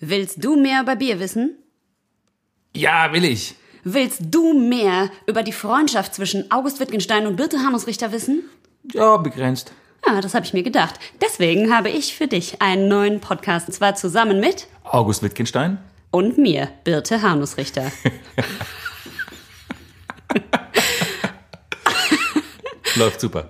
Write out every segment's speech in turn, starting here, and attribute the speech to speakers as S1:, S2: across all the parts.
S1: Willst du mehr über Bier wissen?
S2: Ja, will ich.
S1: Willst du mehr über die Freundschaft zwischen August Wittgenstein und Birte Hammelsrichter wissen?
S2: Ja, begrenzt.
S1: Ja, das habe ich mir gedacht. Deswegen habe ich für dich einen neuen Podcast, und zwar zusammen mit
S2: August Wittgenstein?
S1: und mir, Birte Harnusrichter.
S2: Läuft super.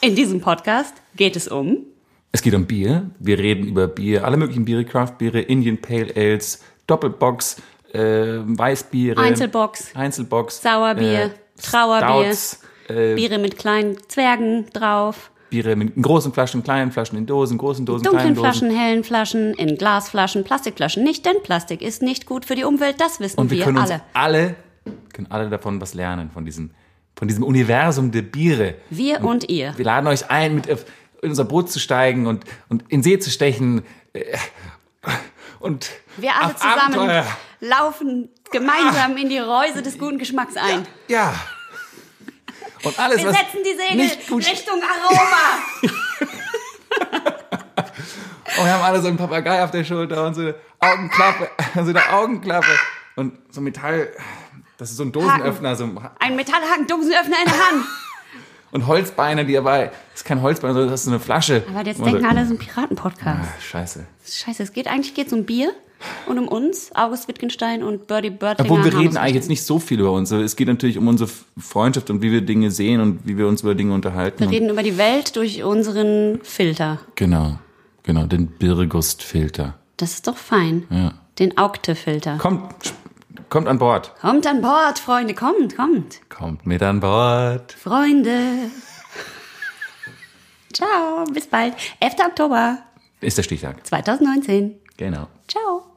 S1: In diesem Podcast geht es um
S2: Es geht um Bier. Wir reden über Bier, alle möglichen Biere, Craft-Biere, Indian Pale Ales, Doppelbox, äh, Weißbiere.
S1: Einzelbox.
S2: Einzelbox. Äh,
S1: Sauerbier, Trauerbier,
S2: Stouts, äh,
S1: Biere mit kleinen Zwergen drauf,
S2: Biere mit in großen Flaschen, kleinen Flaschen, in Dosen, großen Dosen,
S1: dunklen
S2: kleinen Dosen.
S1: Flaschen, hellen Flaschen, in Glasflaschen, Plastikflaschen nicht, denn Plastik ist nicht gut für die Umwelt, das wissen
S2: Und wir, können uns
S1: alle.
S2: alle, können alle davon was lernen, von diesem, von diesem Universum der Biere.
S1: Wir und ihr.
S2: Wir laden euch ein, mit auf- in unser Boot zu steigen und, und in See zu stechen. äh, Und
S1: Wir alle
S2: auf
S1: zusammen
S2: Abenteuer.
S1: laufen gemeinsam in die Reuse des guten Geschmacks ein.
S2: Ja. Und alles,
S1: Wir
S2: was
S1: setzen die Segel
S2: nicht gut
S1: Richtung Aroma.
S2: Und Oh, wir haben alle so einen Papagei auf der Schulter und so eine Augenklappe, so eine Augenklappe und so ein Metall, das ist so ein Dosenöffner, so ein Ha-
S1: Ein Metallhaken, Dosenöffner in der Hand.
S2: und Holzbeine, die dabei, das ist kein Holzbein, sondern das ist so eine Flasche.
S1: Aber jetzt
S2: Und so-
S1: denken alle, es ist ein Piratenpodcast.
S2: Ah, Scheiße.
S1: Scheiße, es geht eigentlich geht's um Bier und um uns, August Wittgenstein und Birdie Birdinger.
S2: Obwohl wir reden
S1: Harmlos
S2: eigentlich jetzt
S1: Wittgenstein.
S2: nicht so viel über uns. Es geht natürlich um unsere Freundschaft und wie wir Dinge sehen und wie wir uns über Dinge unterhalten.
S1: Wir reden über die Welt durch unseren Filter.
S2: genau, genau, den Birgust-Filter.
S1: Das ist doch fein.
S2: Ja.
S1: Den Augte-Filter.
S2: Kommt, kommt an Bord.
S1: Kommt an Bord, Freunde, kommt, kommt.
S2: Kommt mit an Bord.
S1: Freunde. Ciao, bis bald. 11. Oktober
S2: Ist der Stichtag.
S1: 2019.
S2: Genau.
S1: Ciao.